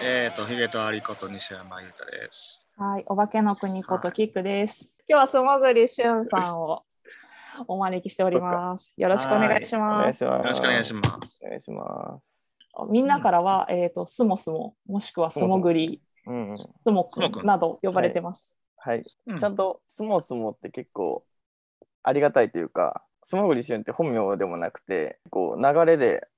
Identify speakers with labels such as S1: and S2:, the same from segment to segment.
S1: えっ、と、ヒゲとアリこと西山裕太です。
S2: はい、お化けの国ことキックです。今日は素潜りしゅんさんをお招きしております。よろしくお願いし
S3: お
S2: ます。
S1: よろしくお願いします。
S3: お願いしま
S2: みんなからは、えっ、と、スモスモ、もしくはスモグリ、
S3: す。うんうん、
S2: スモ
S1: スモ君
S2: 君など呼ばれてます。
S3: はい、
S1: うん
S3: ちゃんとスモスモって結構ありがたいというか、スモグリシュンって本名でもなくて、こう流れで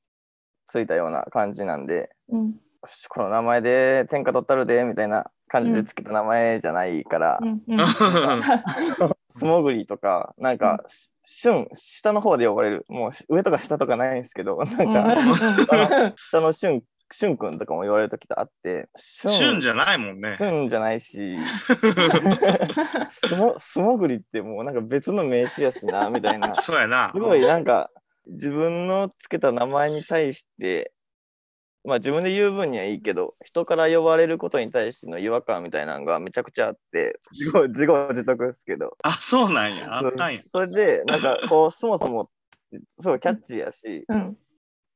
S3: ついたような感じなんで、
S2: う
S3: よ
S2: ん、
S3: しこの名前で天下取ったるでみたいな感じでつけた名前じゃないから、
S2: うん、うん。
S3: スモグリとかなんか、しシュン下の方で呼ばれる、もう上とか下とかないんですけど、なんか、下のシュンシュン君とかも言われる時があって、シ
S1: 旬じゃないもんね
S3: ス。ンじゃないし スモ素潜りってもうなんか別の名詞やしなみたいなす
S1: そうやな。
S3: ごいなんか自分のつけた名前に対してまあ自分で言う分にはいいけど人から呼ばれることに対しての違和感みたいなのがめちゃくちゃあって自業自業自得ですけど
S1: あ、そうなんや。あったんや。
S3: それでなんかこうそもそもすごいキャッチーやし
S2: うん、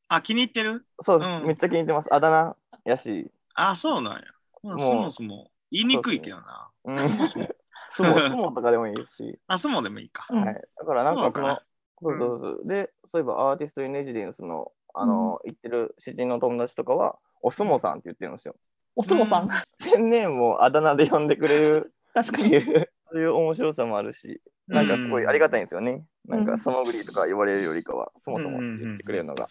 S1: あ、気に入ってる
S3: そうです、
S1: うん
S3: めっちゃ気に入ってますあだ名やし、
S1: あ、そうなんや。まあ
S3: もう
S1: そもそも言いにくいけどな。
S3: うん、
S1: そも
S3: ス
S1: そも。
S3: モ スモとかでもいいし、
S1: あ、そもでもいいか。
S3: はい、だからなん
S1: そ
S3: か
S1: う
S3: そ
S1: か
S3: の
S1: な。
S3: そうそうそう。で、そういえばアーティスト・イン・レジデンスの、あの、行ってる詩人の友達とかは、お相撲さんって言ってるんですよ。
S2: お相撲さん、
S3: ペンネームをあだ名で呼んでくれる
S2: 確
S3: って
S2: か
S3: い
S2: に。
S3: う、そういう面白さもあるし、なんかすごいありがたいんですよね。なん
S2: う
S3: か、
S2: ん
S3: そのグリーとか言われるよりかは、そもそもって言ってくれるのが。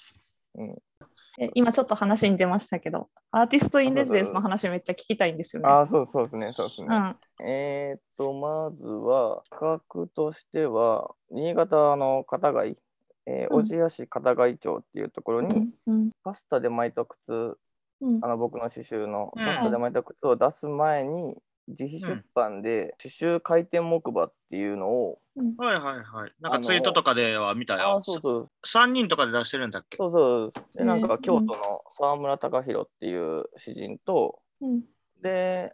S2: え今ちょっと話に出ましたけど、アーティストインレジデンスの話めっちゃ聞きたいんですよね。
S3: ああ、そうそうですね、そうです
S2: う
S3: ね。
S2: ん、
S3: えーっと、まずは、企画としては、新潟の片貝、えー、
S2: うん
S3: 小千谷市片貝町っていうところ
S2: う
S3: に、
S2: ん、うん、
S3: パスタで巻いた靴
S2: うん
S3: あ、の僕の刺繍の
S1: うん
S3: パスタで巻いた靴を出す前に自費出版で刺繍回転木馬っていうのを、
S1: はいはいはい。なんかツイートとかでは見た
S3: あ
S1: よ。
S3: そうそう
S1: 3人とかで出してるんだっけ
S3: そうそうでなん
S2: ね
S3: か京都の沢村隆弘っていう詩人と
S2: うん、
S3: で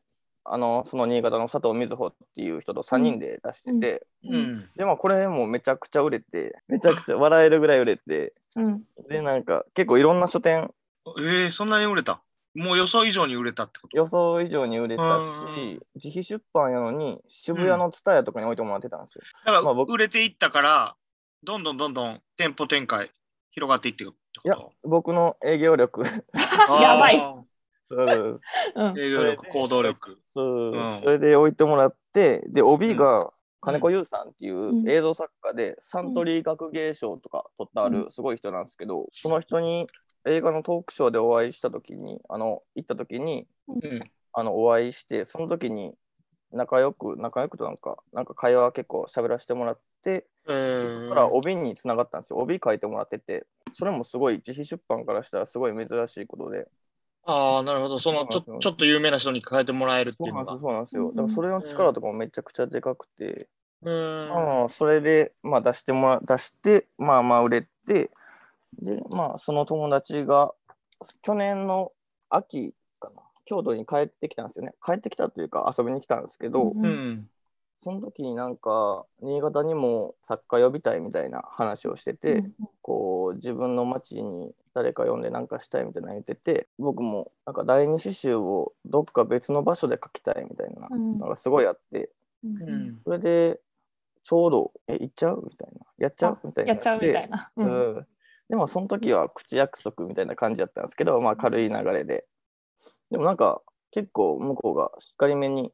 S3: あのその新潟の佐藤瑞穂っていう人と3人で出してて、
S1: うん。
S3: でまあこれもめちゃくちゃ売れてめちゃくちゃ笑えるぐらい売れて
S2: うん、
S3: でなんか結構いろんな書店
S1: えー、そんなに売れたもう予想以上に売れたってこと
S3: 予想以上に売れたし
S1: うん
S3: 自費出版やのに渋谷の蔦屋とかに置いてもらってたんですよ。
S1: だから、
S3: まあ僕
S1: 売れていったから、どんどんどんどん店舗展開広がっていってるって
S3: いや
S1: こ
S3: 僕の営業 力
S1: と
S2: やばい
S1: あ
S3: そう
S2: うん
S1: ー。営業力、行動力。
S3: そう、
S1: うん
S3: それで置いてもらってで
S1: う
S3: OB
S1: ん
S3: が金子優さんってい
S2: ん
S3: う映像作家で、サントリー学芸賞とか取ってあるすごい人なんですけど、その人に映画のトークショーでお会いした時にあの行った時に
S1: うん。
S3: あのお会いしてその時に仲良く仲良くとなんかなんか会話結構喋らせてもらって
S1: え
S3: そ
S1: ー
S3: こから帯に繋がったんですよ帯書いてもらっててそれもすごい自費出版からしたらすごい珍しいことで
S1: ああ、なるほど。そのち
S3: そうなんです
S1: ょ
S3: よ
S1: ちょっと有名な人に変えてもらえるって
S3: そ
S1: いうう
S3: な
S1: の
S3: んです
S1: が
S3: よ。そうなんですよだか
S2: うん
S3: らそれの力とかもめちゃくちゃでかくて、
S1: うーん。
S3: まあ、それで、まあ、出してもら出してまあまあ売れてでまあその友達が去年の秋かな京都に帰ってきたんですよね帰ってきたというか遊びに来たんですけど、
S2: うん
S1: うん。
S3: その時になんか新潟にも作家呼びたいみたいな話をしてて、こう自分の町に誰か呼んでなんかしたいみたいなの言ってて僕もなんか第二詩集をどっか別の場所で書きたいみたいな
S2: うん
S3: のがすごいあって、
S2: うん
S1: う、ん。
S3: それで、ちょうど、え、行っちゃうみたいな。やっちゃうみたいな。
S2: やっちゃうみたいな。
S3: で。うん。でも、その時は口約束みたいな感じだったんですけど、まあ、軽い流れで。でも、なんか、結構、向こうがしっかりめに、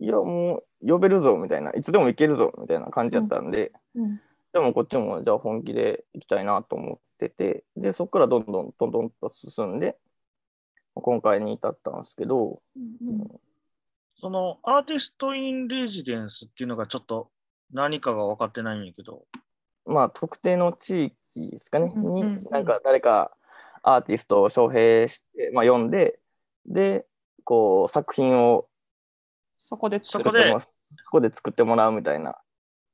S3: いや、もう、呼べるぞみたいな、いつでも行けるぞみたいな感じだったんで、
S2: うん
S3: でも、こっちも、じゃあ、本気で行きたいなと思ってて、で、そこからどんどん、どんどんと進んで、今回に至ったんですけど、
S1: そのアーティスト・イン・レジデンスっていうのがちょっと何かが分かってないんやけど。
S3: まあ、特定の地域ですかね、
S2: うんうんうん
S3: になんか誰かアーティストを招聘して、まあ、読んででこう作品を
S2: そこで
S1: そ
S2: 作
S1: こ
S2: る。
S1: で
S3: 作ってもらうそこで作ってもらうみたいな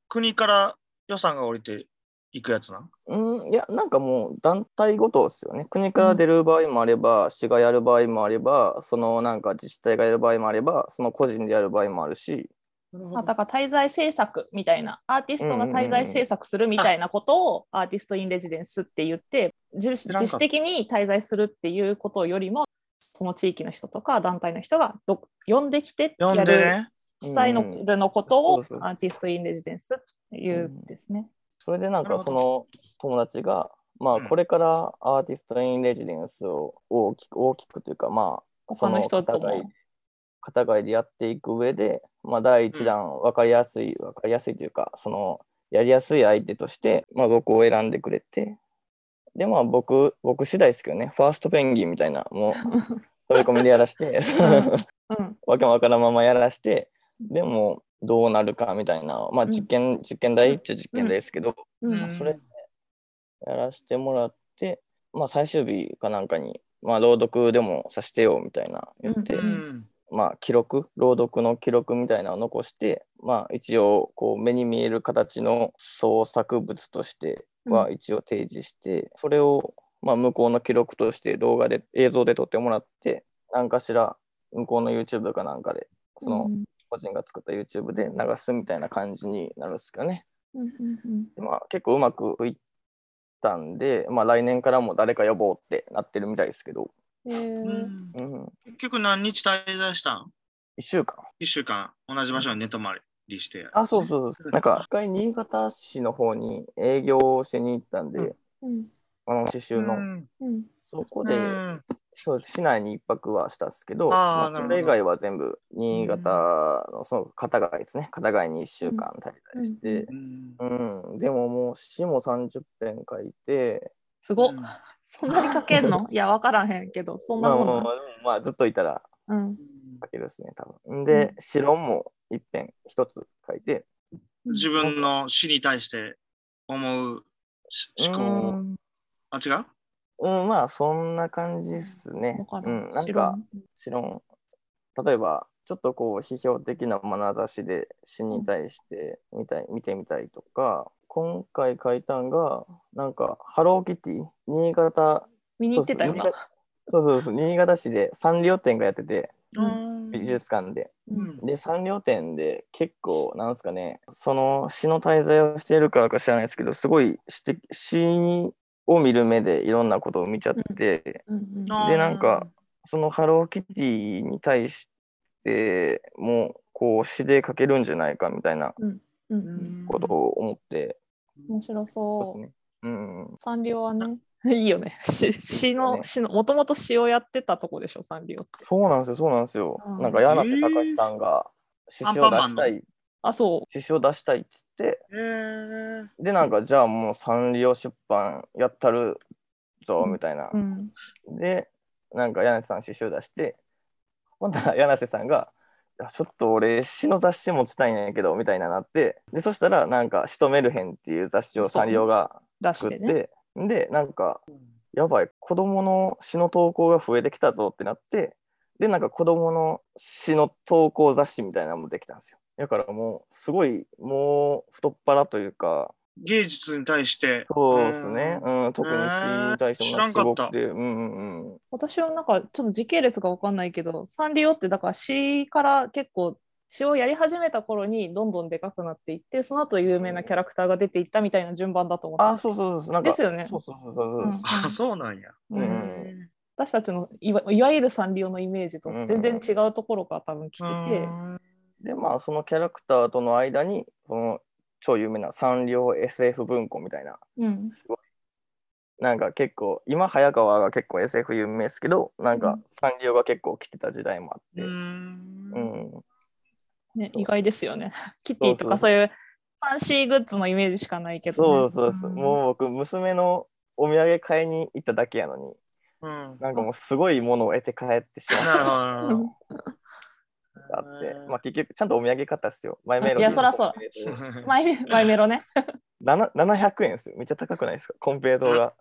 S1: 国から予算が降りていくやつなん
S3: うんいやなんかもう団体ごとですよね国から出る場合もあれば市がやる場合もあればそのなんか自治体がやる場合もあればその個人でやる場合もあるし
S2: まあ、だから滞在制作みたいなアーティストが滞在制作するみたいなことをアーティスト・イン・レジデンスって言って自主
S1: 知らんか
S2: 自
S1: った
S2: 主的に滞在するっていうことよりもその地域の人とか団体の人がど呼んできてって
S1: 呼
S2: や
S1: んで
S2: る
S1: ね。
S2: スタイ
S3: うん
S2: ルのこと
S3: そ
S2: を
S3: うそうそう
S2: アーティスト・イン・レジデンスっていうんですね。
S3: それでなん
S1: なる
S3: か
S1: ほ
S3: そ
S1: ど
S3: の友達が、まあ
S1: うん
S3: これからアーティスト・イン・レジデンスを大きく大きくというかまあ
S2: 他の人と
S3: その肩代
S2: も。
S3: 肩代でやっていく上で、まあ、第1弾分かりやすい分かりやすいというかそのやりやすい相手として、まあ、僕を選んでくれてでまあ僕僕次第ですけどねファーストペンギンみたいなもう 飛び込みでやらして
S2: うん
S3: わけもわからんままやらしてでもどうなるかみたいなまあ
S2: うん
S3: 実験、実験台っちゃ実験台ですけど、
S2: う
S1: うん
S2: ん
S3: それやらしてもらって、まあ、最終日かなんかに、まあ、朗読でもさせてよみたいな言って、
S2: うん
S1: うん
S3: まあ、記録朗読の記録みたいなのを残して、まあ、一応こう目に見える形の創作物として
S2: う
S3: は一応提示して、それを、まあ、向こうの記録として動画で映像で撮ってもらって何かしら向こうの YouTube かなんかでその
S2: うん
S3: 個人が作った YouTube で流すみたいな感じになるんですかね。
S2: うんうんうん
S3: まあ、結構うまくいったんで、まあ、来年からも誰か呼ぼうってなってるみたいですけど、
S2: えー
S1: うん
S3: うん、1
S1: 結局何日滞在したん
S3: 週間
S1: ?1 週間同じ場所に寝泊まりして。
S3: あそうそうそうなんか一回新潟市の方に営業をしに行ったんで、
S1: うん
S2: うん
S3: あの刺繍の、
S1: うん
S2: うん
S3: そこで、
S1: うん
S3: そう市内に一泊はしたんですけど
S1: あー
S3: まあ、
S1: なる
S3: そ
S1: ほど
S3: れ以外は全部新潟のその片貝ですね片貝に1週間滞在して、
S1: うん
S3: うんでももう詩も30編書いて
S2: すごっ
S1: うん
S2: そんなに書けんの いや、わからへんけど、そん
S3: ま
S2: な
S3: あ
S2: も
S3: まあ
S2: ん
S3: ま
S2: なんだ。
S3: あ、まあまあずっといたら
S2: うん
S3: 書けるですね、多分。んで、白も一辺一つ書いて、
S1: 自分の死に対して思うし思
S3: う
S1: 考を。
S3: ん
S1: あ、違う
S3: うん、まあそんな感じっすね
S2: わ。か
S3: う
S2: らん
S3: ん、なん
S2: 知ら
S3: か、
S2: ん
S3: 白、例えば、ちょっとこう、批評的な眼差しで詩に対して見たい見てみたいとか、今回書いたんが、なんか、ハローキティ、新潟、
S2: 見に行ってたよ
S3: そう
S2: な。
S3: そうそうそう、新潟市でサンリオ展がやってて、
S2: う
S3: 美術館で。
S1: うん
S3: で三両店で結構なんですかねその詩の滞在をしているからか知らないですけどすごい詩的詩を見る目でいろんなことを見ちゃって、
S2: うんうん
S1: あー
S3: でなんかそのハローキティに対してもこう詩で書けるんじゃないかみたいな
S2: うん
S1: う
S2: うん
S1: ん
S3: ことを思って
S2: 面白
S3: ます
S2: そう。
S3: ね。うんうん
S2: サンリオはね、 いいよね。し詩の、
S3: ね
S2: 詩の、もともと詩をやってたとこでしょ、サンリオって。
S3: そうなんですよそうなんですよ。
S2: うん
S3: なんか柳瀬隆さんが詩
S1: アン
S3: 集
S1: パ
S3: を
S1: ン
S3: 出
S1: マン
S3: し
S1: の
S3: たい
S2: あ、そ
S3: 詩集を出したいっつって
S1: えー
S3: でなんかじゃあもうサンリオ出版やったるぞ
S2: うん
S3: みたいな
S2: う。う、ん。
S3: でなんか柳瀬さん詩集出してほんなら柳瀬さんが「いやちょっと俺詩の雑誌持ちたいんやけど」みたいななってでそしたらなんか「シトメルヘン」っていう雑誌をサンリオが
S2: 出し
S3: 作って
S2: てね。
S3: でなんかやばい子供の詩の投稿が増えてきたぞってなってでなんか子供の詩の投稿雑誌みたいなのもできたんですよ。だからもうすごいもう太っ腹というか
S1: 芸術に対して。
S3: そうですね。うん、特に
S1: えー
S3: 詩に対して
S1: 知
S3: も
S1: ら
S3: なんん
S1: か
S3: かす
S1: っ
S3: ご
S1: た
S3: くて、うんうんうん。
S2: 私はなんか、ちょっと時系列がわかんないけど、サンリオってだから詩から結構、詩をやり始めた頃にどんどんでかくなっていって、その後有名なキャラクターが出ていったみたいな順番だと思って
S3: あ、そうそうそう、なんか。
S2: ですよね
S3: そうそうそうそう。
S2: うん
S1: あ、そうなんや。
S3: うん
S2: うん
S1: へー
S2: 私たちのいわいわゆるサンリオのイメージと全然違うところが多分来てて、
S3: で、まあ、そのキャラクターとの間に、その超有名なサンリオ SF 文庫みたいな。
S2: うん
S3: すごい。なんか結構、今早川が結構 SF 有名ですけど、なん
S2: う
S3: か
S2: ん
S3: サンリオが結構来てた時代もあって。
S1: う
S3: うん。
S1: ん。
S2: ね、
S3: そう
S2: 意外ですよね。 キティとか
S3: そ
S2: そう
S3: そう
S2: ういうファンシーグッズのイメージしかないけ
S3: そ
S2: ど、
S3: うそうそう、もう僕娘のお土産買いに行っただけやのに
S1: うん
S3: なんかもうすごいものを得て帰ってしま
S1: な
S3: った
S1: るほどなるほ ど。
S3: あって、まあ、結局ちゃんとお土産買ったっすよ。マイメロ
S2: いやそらそら
S3: コンペイトー
S2: マイマイメロね。
S3: 7 700円ですよ。めっちゃ高くないですかコンペイトーが。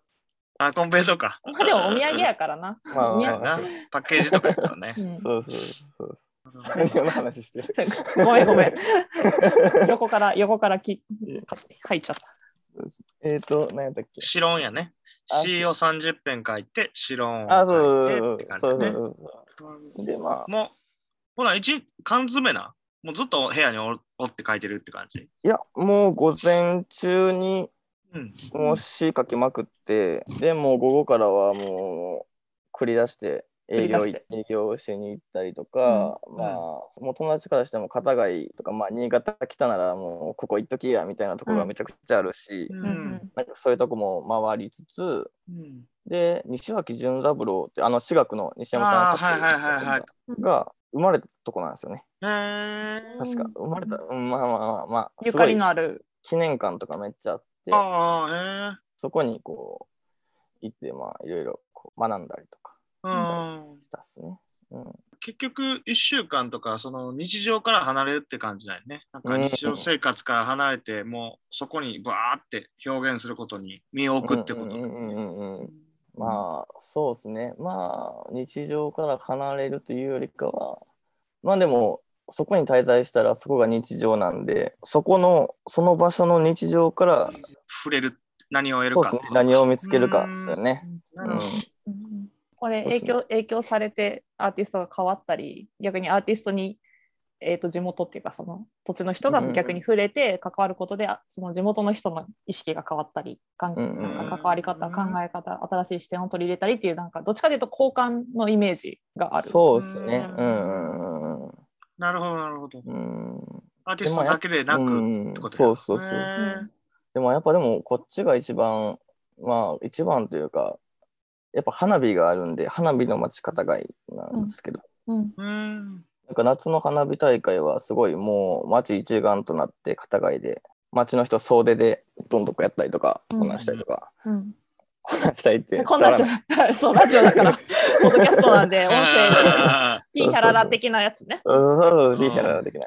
S1: あ、コンペイトーか。
S2: でもお土産やからな。
S3: まあ
S2: お
S3: ま
S2: 土
S3: あ
S2: 産
S3: まあ
S1: なパッケージとかやからね
S2: う。ん
S3: そうそうそう。何の話してる
S2: ごめんごめん。横から横からきか書いちゃった。
S3: えっと、何やったっけ
S1: シロンやね。
S3: あ
S1: 詩を30編書いて、シロンを
S3: あ、
S1: 書
S3: そ
S1: いうて
S3: そ
S1: っ
S3: う
S1: て感
S3: そうそう
S1: じ
S3: そ
S1: ね。
S3: うそう。で、まあ、
S1: もう、ほら、一缶詰な。もうずっと部屋におおって書いてるって感じ。
S3: いや、もう午前中に
S1: うん。
S3: もう詩書きまくって、でもう午後からはもう繰り出して、営業
S2: 繰り
S3: い
S2: 返
S3: 営業しに行ったりとか、
S1: ん
S3: まあ、もう友達からしても片貝とか、まあ、新潟来たならもうここ行っときやみたいなところがめちゃくちゃあるし、
S1: うん
S2: うん
S3: なんかそういうとこも回りつつ
S1: うん
S3: で西脇潤三郎ってあの私学の西
S1: あ
S3: 山
S1: あ、
S3: 監
S1: はい
S3: 督
S1: はいはいはい。
S3: が生まれたとこなんですよね
S1: へえ。
S3: 確か
S2: うん
S3: 生まれた、うん、まあまあまあまあ
S2: ゆ
S3: す
S2: か
S3: ご
S2: り
S3: い
S2: のある。
S3: 記念館とかめっちゃあって
S1: あ
S3: そこにこう行ってまあいろいろこう学んだりとか
S1: あ、へえ。うん。
S3: したっすね。うん
S1: 結局、1週間とか、その日常から離れるって感じだよね。なんか
S3: うん
S1: 日常生活から離れて、もうそこにバーって表現することに身を置くってこと
S3: う
S1: だよ
S3: んうん
S1: ね。
S3: うんうんうんまあそうですねまあ日常から離れるというよりかはまあでもそこに滞在したらそこが日常なんでそこのその場所の日常から
S1: 触れる、何を得る
S3: そう
S1: か
S3: っ
S1: っ
S3: す
S1: て
S3: ね
S1: こと
S3: 何を見つけるかですよね。
S1: な
S3: う
S1: る
S3: ん
S1: ほど
S2: これ
S3: そう
S2: 影
S3: っすね
S2: 響影響されてアーティストが変わったり逆にアーティストに、えー、と地元っていうかその土地の人が
S3: うんうん
S2: 逆に触れて関わることで、あその地元の人の意識が変わったりかん
S3: うんうん
S2: なんか関わり方考え方新しい視点を取り入れたりっていうなんかどっちかというと交換のイメージがある。
S3: そうですね。
S1: う
S3: うんんうんうん
S1: なるほど、なるほど。
S3: うんうん。
S1: アーティストだけでなく、
S3: うん
S1: ってことだ
S3: そ
S1: よ
S3: うそうそう。
S1: へー
S3: でもやっぱでもこっちが一番まあ一番というかやっぱ花火があるんで花火の待ち方がいいなんですけど、
S2: うん
S1: うん。
S3: なんか夏の花火大会はすごいもう町一丸となって片貝で町の人総出でどんどんやったりとか
S2: うん
S3: こんなんしたりとか、
S2: うん
S3: こんなんしたりって
S2: こんな人
S3: 伝わ
S2: そうラジオだ からポッドキャストなんで音声
S1: あ
S2: ピーヒャララ的なやつね。
S3: らないうんそう
S1: う
S3: そ
S1: ん
S3: ういいキャラ的な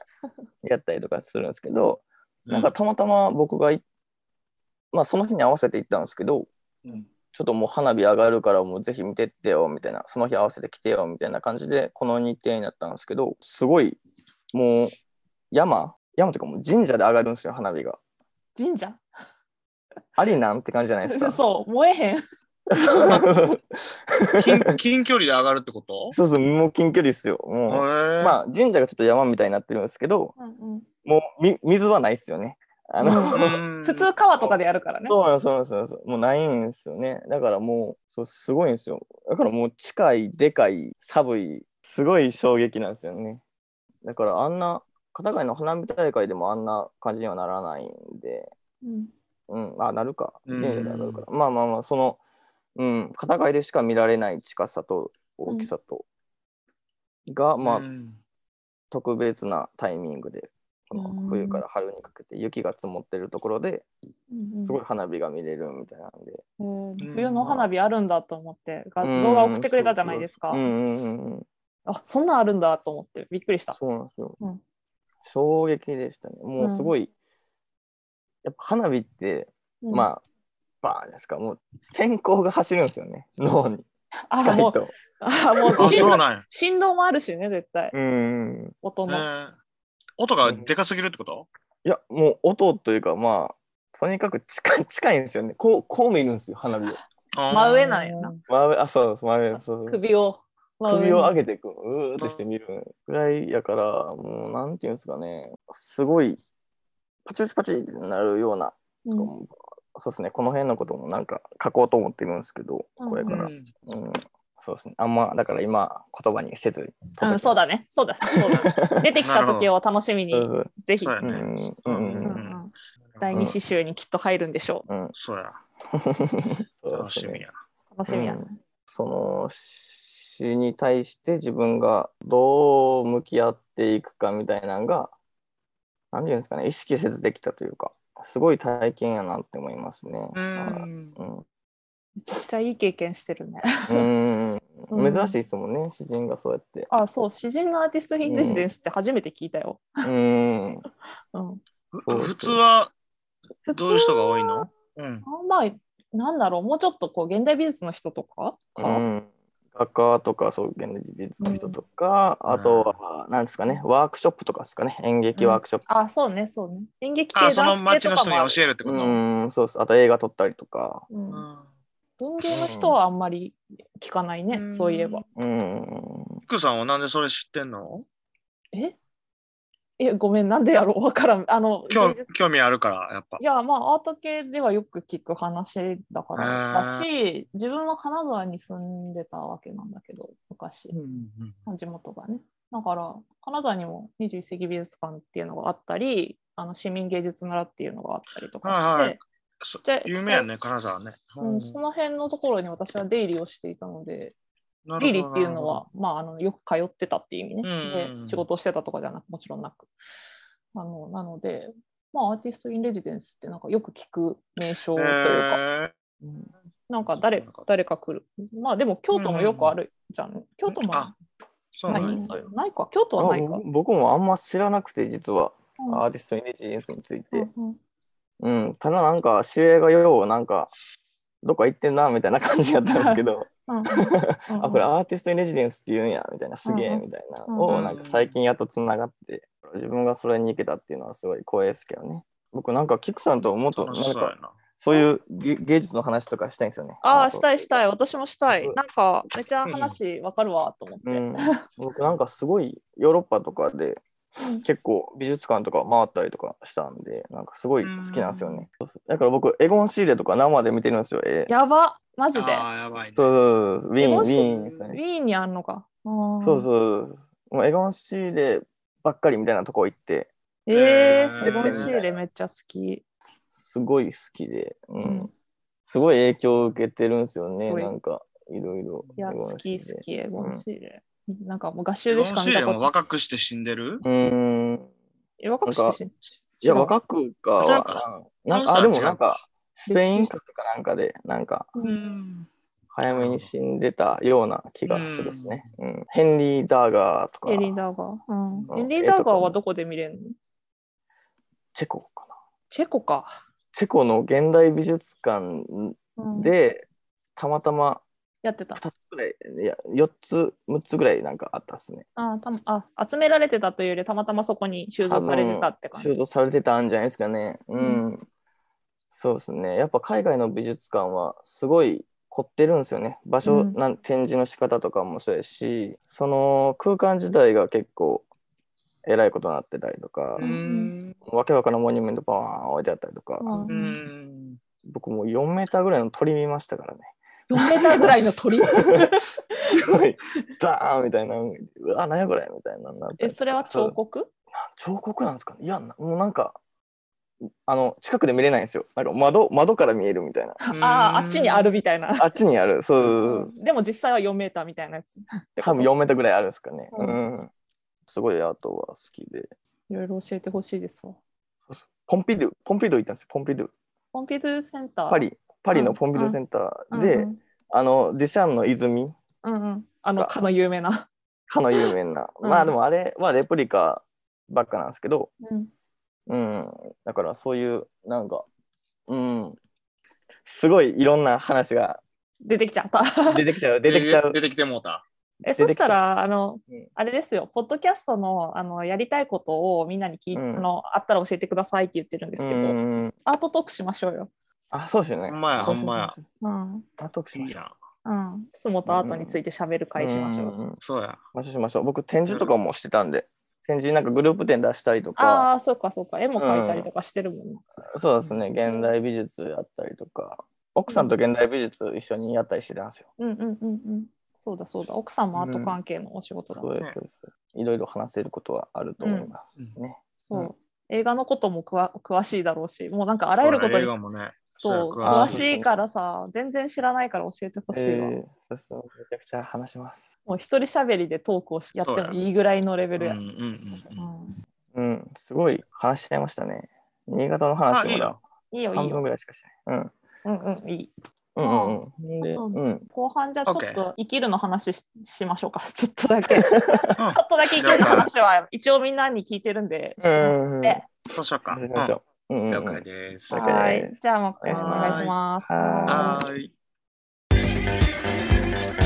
S3: やったりとかするんですけど、
S1: ー
S3: なんか、たまたま僕がいまあその日に合わせて行ったんですけど、
S1: うん
S3: ちょっともう花火上がるからもうぜひ見てってよみたいなその日合わせて来てよみたいな感じでこの日程になったんですけどすごいもう山山というかもう神社で上がるんですよ花火が
S2: 神社
S3: ありなんて感じじゃないです か
S2: そう燃えへん。
S3: そう
S1: 近 近距離で上がるってこと
S3: そうもう近距離っすよ
S1: へ
S3: もう
S1: ー
S3: まあ神社がちょっと山みたいになってるんですけど
S2: うんうん
S3: もうみ水はないっすよねあの、
S1: うん
S2: 普通川とかでやるからね。
S3: そうなんですそうなんですそうなんですもうないんですよねだからもうそうすごいんですよだからもう近いでかい寒いすごい衝撃なんですよねだからあんな片貝の花火大会でもあんな感じにはならないんで
S2: うん
S3: うんあなるか
S1: うん
S3: 神社でなるから、まあまあまあそのうん片貝でしか見られない近さと大きさと、がまあ、
S1: うん
S3: 特別なタイミングでこの
S2: うん
S3: 冬から春にかけて雪が積もってるところで
S2: うんうん
S3: すごい花火が見れるみたいなんで、
S2: え
S1: う
S2: ー
S1: ん
S2: 冬の花火あるんだと思って、が
S3: うん
S2: 動画送ってくれたじゃないですか
S3: う。んうんうんうん、
S2: あそんなんあるんだと思ってびっくりした。
S3: そうなんですよ、
S2: うん
S3: 衝撃でしたねもうすごい、やっぱ花火って、
S2: あ、
S3: まあバーですかもう閃光が走るんですよね脳に
S2: あ
S3: 近
S2: も
S3: いうと
S2: あ もう
S1: あ
S2: 振
S1: そうなんや
S2: 振動もあるしね、絶対
S3: う。んうんうん
S2: 音
S1: え
S2: の。
S1: ー音がでかすぎるってこと
S3: いやもう音というかまあとにかく近い近いんですよねこうこう見るんですよ花火を
S2: 真上なん
S1: い。
S2: やな。
S3: 真上あそうそう真上そうそう
S2: 首を。真上に
S3: 首を上げていくうーってして見るぐらいやからもうなんていうんですかねすごいパチパチパチってなるような
S2: うん
S3: そうですね、この辺のこともなんか書こうと思ってるんですけど、これ
S1: う
S3: から。うん
S1: ん
S3: そうですね、あんまだから今、言葉にせずに
S2: う
S3: 届きます
S2: ん、そうだ。ね。そうだ。そう だ出てきた時を楽しみ
S3: う
S2: に、
S3: ん
S2: ぜひ。
S1: そうや
S2: う
S1: ね
S3: うん
S1: う
S3: うんん
S2: ん
S3: う
S2: うんん第二刺集にきっと入るんでしょ
S3: うん、
S1: そうや。
S3: そう
S1: 楽
S3: です
S1: しみ
S3: ね
S1: や。
S2: う。楽しみやね。
S3: その詩に対して自分がどう向き合っていくかみたいなのが、なんていうんですかね、意識せずできたというか、すごい体験やなって思いますね。
S1: う
S3: はい
S1: ん。
S3: うん
S2: めちゃくちゃいい経験してるね。
S3: うん
S2: うん
S3: 珍しいですもんね、詩人がそうやって。
S2: あ、そう、詩人のアーティストインレジデンスって初めて聞いたよ。
S3: うん
S2: うん、
S1: ふ
S3: そうそう
S1: 普通は
S2: 普通
S1: どういう人が多いのうん。
S2: はまあ、なんだろう、もうちょっとこう現代美術の人とかか、
S3: うん、画家とかそう現代美術の人とか、あとは何ですかねワークショップとかですかね演劇ワークショップ、
S2: あ、そうね、そうね。演劇系
S1: あ、そ
S2: ダ
S1: の
S2: ンス系
S1: 町
S2: と
S1: の
S2: か
S1: 人
S2: もあ
S1: に
S2: る。
S1: 教えるってこ
S3: う
S1: と
S3: んそうですあと映画撮ったりとか、
S2: うん
S1: うん
S2: 文芸の人はあんまり聞かないね、
S1: うん
S2: そういえば。
S3: うん、
S1: 福さんはなんでそれ知ってんの
S2: えいやごめんなんでやろうわからんあの
S1: 興
S2: 芸術
S1: 興味あるから、やっぱ
S2: い。やまあアート系ではよく聞く話だからだし自分は金沢に住んでたわけなんだけど昔
S1: うんうん
S2: 地元がねだから金沢にも21世紀美術館っていうのがあったりあの市民芸術村っていうのがあったりとかして、
S1: はいはいそ
S2: ちっちゃい
S1: 有名やね、金沢ね。
S2: うんその辺のところに私は出入りをしていたので出入りっていうのは、まあ、あのよく通ってたっていう意味ね、
S1: うんうん
S2: で仕事をしてたとかじゃなくもちろんなくあのなので、まあ、アーティスト・イン・レジデンスってなんかよく聞く名称
S1: と
S2: というか、うんなんか誰誰か来るまあでも京都もよくあるじゃん、京都も
S1: あそう
S2: ない
S1: なん
S2: な
S1: です
S2: い
S1: よ。
S2: か京都はないか
S3: あ。僕もあんま知らなくて実は
S2: うん
S3: アーティストイメージエンスについて、
S2: うんうん
S3: うん、ただなんか知り合いがようなんかどっか行ってんなみたいな感じやったんですけど
S2: うんうん
S3: あこれアーティスト・イン・レジデンスって言うんやみたいなす
S2: う
S3: げえ
S2: んうん
S3: みたいな
S2: うんうん
S3: をなんか最近やっとつながって自分がそれに行けたっていうのはすごい光栄ですけどね僕なんかキクさんともっとなん
S1: 楽しそうや
S3: か
S1: な。
S3: そういう芸芸術の話とかしたいんですよね
S2: ああ、
S3: と
S2: したいしたい。私もしたい
S3: うん。
S2: なんか、めっちゃ話わかるわと思って。
S3: うん、僕なんかすごいヨーロッパとかで
S2: うん
S3: 結構美術館とか回ったりとかしたんでなんかすごい好きなんですよね、だから僕エゴン・シーレとか生で見てるんですよえ
S2: やば、マジで。
S1: ああ、やばいね。
S3: そうそうそうウィーン
S2: エ
S3: ウ
S2: ゴンシー
S3: ィーンです
S2: ウ
S3: ね
S2: ィーンにあんのか。
S3: そう
S2: う。
S3: そうもうエゴン・シーレばっかりみたいなとこ行って
S2: え
S1: えー
S2: ー、エゴンシーレめっちゃ好き。
S3: すごい好きで、うん
S2: うん
S3: すごい影響を受けてるんですよね
S2: すごい
S3: なんかいろいろ
S2: いや、
S3: エゴン
S2: 好き
S3: シーレ
S2: 好き、エゴンシーレ。なんかもう合
S1: エ
S2: 衆
S1: ゴ
S2: で
S1: ン
S2: しか
S1: シ
S2: 見
S1: ー
S2: た
S1: レ
S2: こ
S1: も
S2: と
S1: 若くして死んでる
S3: うーん
S2: え若くしてし
S3: いや、若くか
S1: あ
S3: は
S1: 違うか
S3: ななんか、あ、
S1: あ
S3: で
S1: の人は違う
S3: もなんか、スペイン風邪かなんかで、なんか、
S2: う
S1: うんん。
S3: 早めに死んでたような気がするですね。うんヘンリー・ダーガーとか
S2: エ、リー・ダーガー。うん
S3: うん
S2: エリー・ダーガーはどこで見れるの
S3: チェコかな。
S2: チェコか。
S3: チェコの現代美術館
S2: うん、
S3: で、たまたま
S2: やってた。
S3: 2つぐらい、いや、4つ、6つぐらいなんかあったですね。
S2: あたあ集められてたというよりたまたまそこに収蔵されてたって感じ。
S3: 収蔵されてたんじゃないですかね。うん。そうですね。やっぱ海外の美術館はすごい凝ってるんですよね。場所、
S2: うん
S3: なん展示の仕方とかもそうやし、その空間自体が結構えらいことになってたりとか、
S1: うーん。
S3: わけわからんモニュメントバーン置いてあったりとか、
S2: うん
S1: うーん。
S3: 僕もう4メーターぐらいの鳥見ましたから ね。
S2: 4メーターぐらいの鳥
S3: すごいダーンみたいな、うわ、何やこれみたいなのになったり とか。
S2: えそれは彫刻
S3: 彫刻なんですかねいやなもうなんかあの近くで見れないんですよなんか窓窓から見える みたいな
S2: あああっちにある。みたいな。
S3: あっちにあるそうそうそう
S2: でも実際は4メーターみたいなやつ。ってこと
S3: 多分4メートルぐらいあるんですかね
S2: う
S3: うんん、すごいアートは好きで
S2: いろいろ教えてほしいですわ。
S3: ポンピドゥポンピドゥ行ったんですよポンピドゥ
S2: コンピュータセンター。
S3: パリパリのポンピドゥセンタ
S2: う
S3: ー
S2: ん
S3: で、
S2: うん
S3: あのデュシャンの泉
S2: うんうん、あのかの有名な。
S3: かの有名な、
S2: うん
S3: まあでもあれはレプリカばっかなんですけど
S2: うん、
S3: うんだからそういうなんかうんすごいいろんな話が
S2: 出てきちゃった。
S3: 出てきちゃう出てきちゃう
S1: 出てきてもうた。
S2: え
S3: 出
S2: そ
S3: て
S2: し
S3: きた
S2: たらあの、
S3: うん
S2: あれですよ、ポッドキャストのあのやりたいことをみんなに聞い、
S3: うん
S2: あのあったら教えてくださいって言ってるんですけど、
S3: うん
S2: アートトークしましょうよ。
S3: あ、そうですよね。
S1: ほんまや
S3: そうそう
S1: ほんまや
S3: そうそ
S2: う
S3: う。
S2: ん
S3: あ、トークし
S1: い
S3: ま
S1: い
S3: しょう。
S1: な。
S2: うん、スモとアートについて喋る会しましょう。
S3: んんん。
S1: そうや。
S3: ましょうしましょう。僕、展示とかもしてたんで、展示なんかグループ展出したりとか、
S2: ああ、そうかそうか。絵も描いたりとかしてるもんな。
S3: そうですね、現代美術やったりとか、奥さんと現代美術一緒にやったりしてたんですよ。
S2: うんうんうんうん。そうだそうだ。奥さんもアート関係のお仕事だ。
S3: そうです、そうです。いろいろ話せることはあると思いますね。
S2: そう、
S3: うん
S2: 映画のこともくわ詳しいだろうし、もうなんかあらゆること
S1: 映
S2: に
S1: 画もね。
S2: そう
S1: そう
S3: や詳
S2: 詳
S3: しい
S2: しいからさ、全然知らないから教えてほしいわ。
S3: えーそうそう、めちゃくちゃ話します。
S2: もう一人喋りでトークをしやって
S1: そ
S2: も
S1: うや
S2: いいぐらいのレ
S1: う
S2: ベ
S1: んうん
S2: ル
S1: う。
S2: や。うんん
S3: うん、すごい話しちゃいましたね。新潟の
S1: あ、い
S3: 話
S1: い
S3: ま
S1: よ
S3: だ。
S2: いいよい
S3: 半
S2: いよ。
S3: 分ぐらいしかしてない。うん。
S2: うんうんいい。
S3: うんうんうん。で、
S2: そう
S3: うん。
S2: 後半じゃあちょっ
S1: OK
S2: と生きるの話ししましょうか。 ちょっとだけ。ちょ
S1: うん
S2: っとだけ生きるの話は一応みんなに聞いてるんで。
S3: うんうん。
S2: で
S1: そうしようか。
S3: 行きましょう。う
S1: う
S3: んうんん
S1: 了
S3: うん
S1: 解です。
S3: 了
S1: は
S3: 解
S2: はい。じゃあ、お願いします。
S3: は
S1: ーい。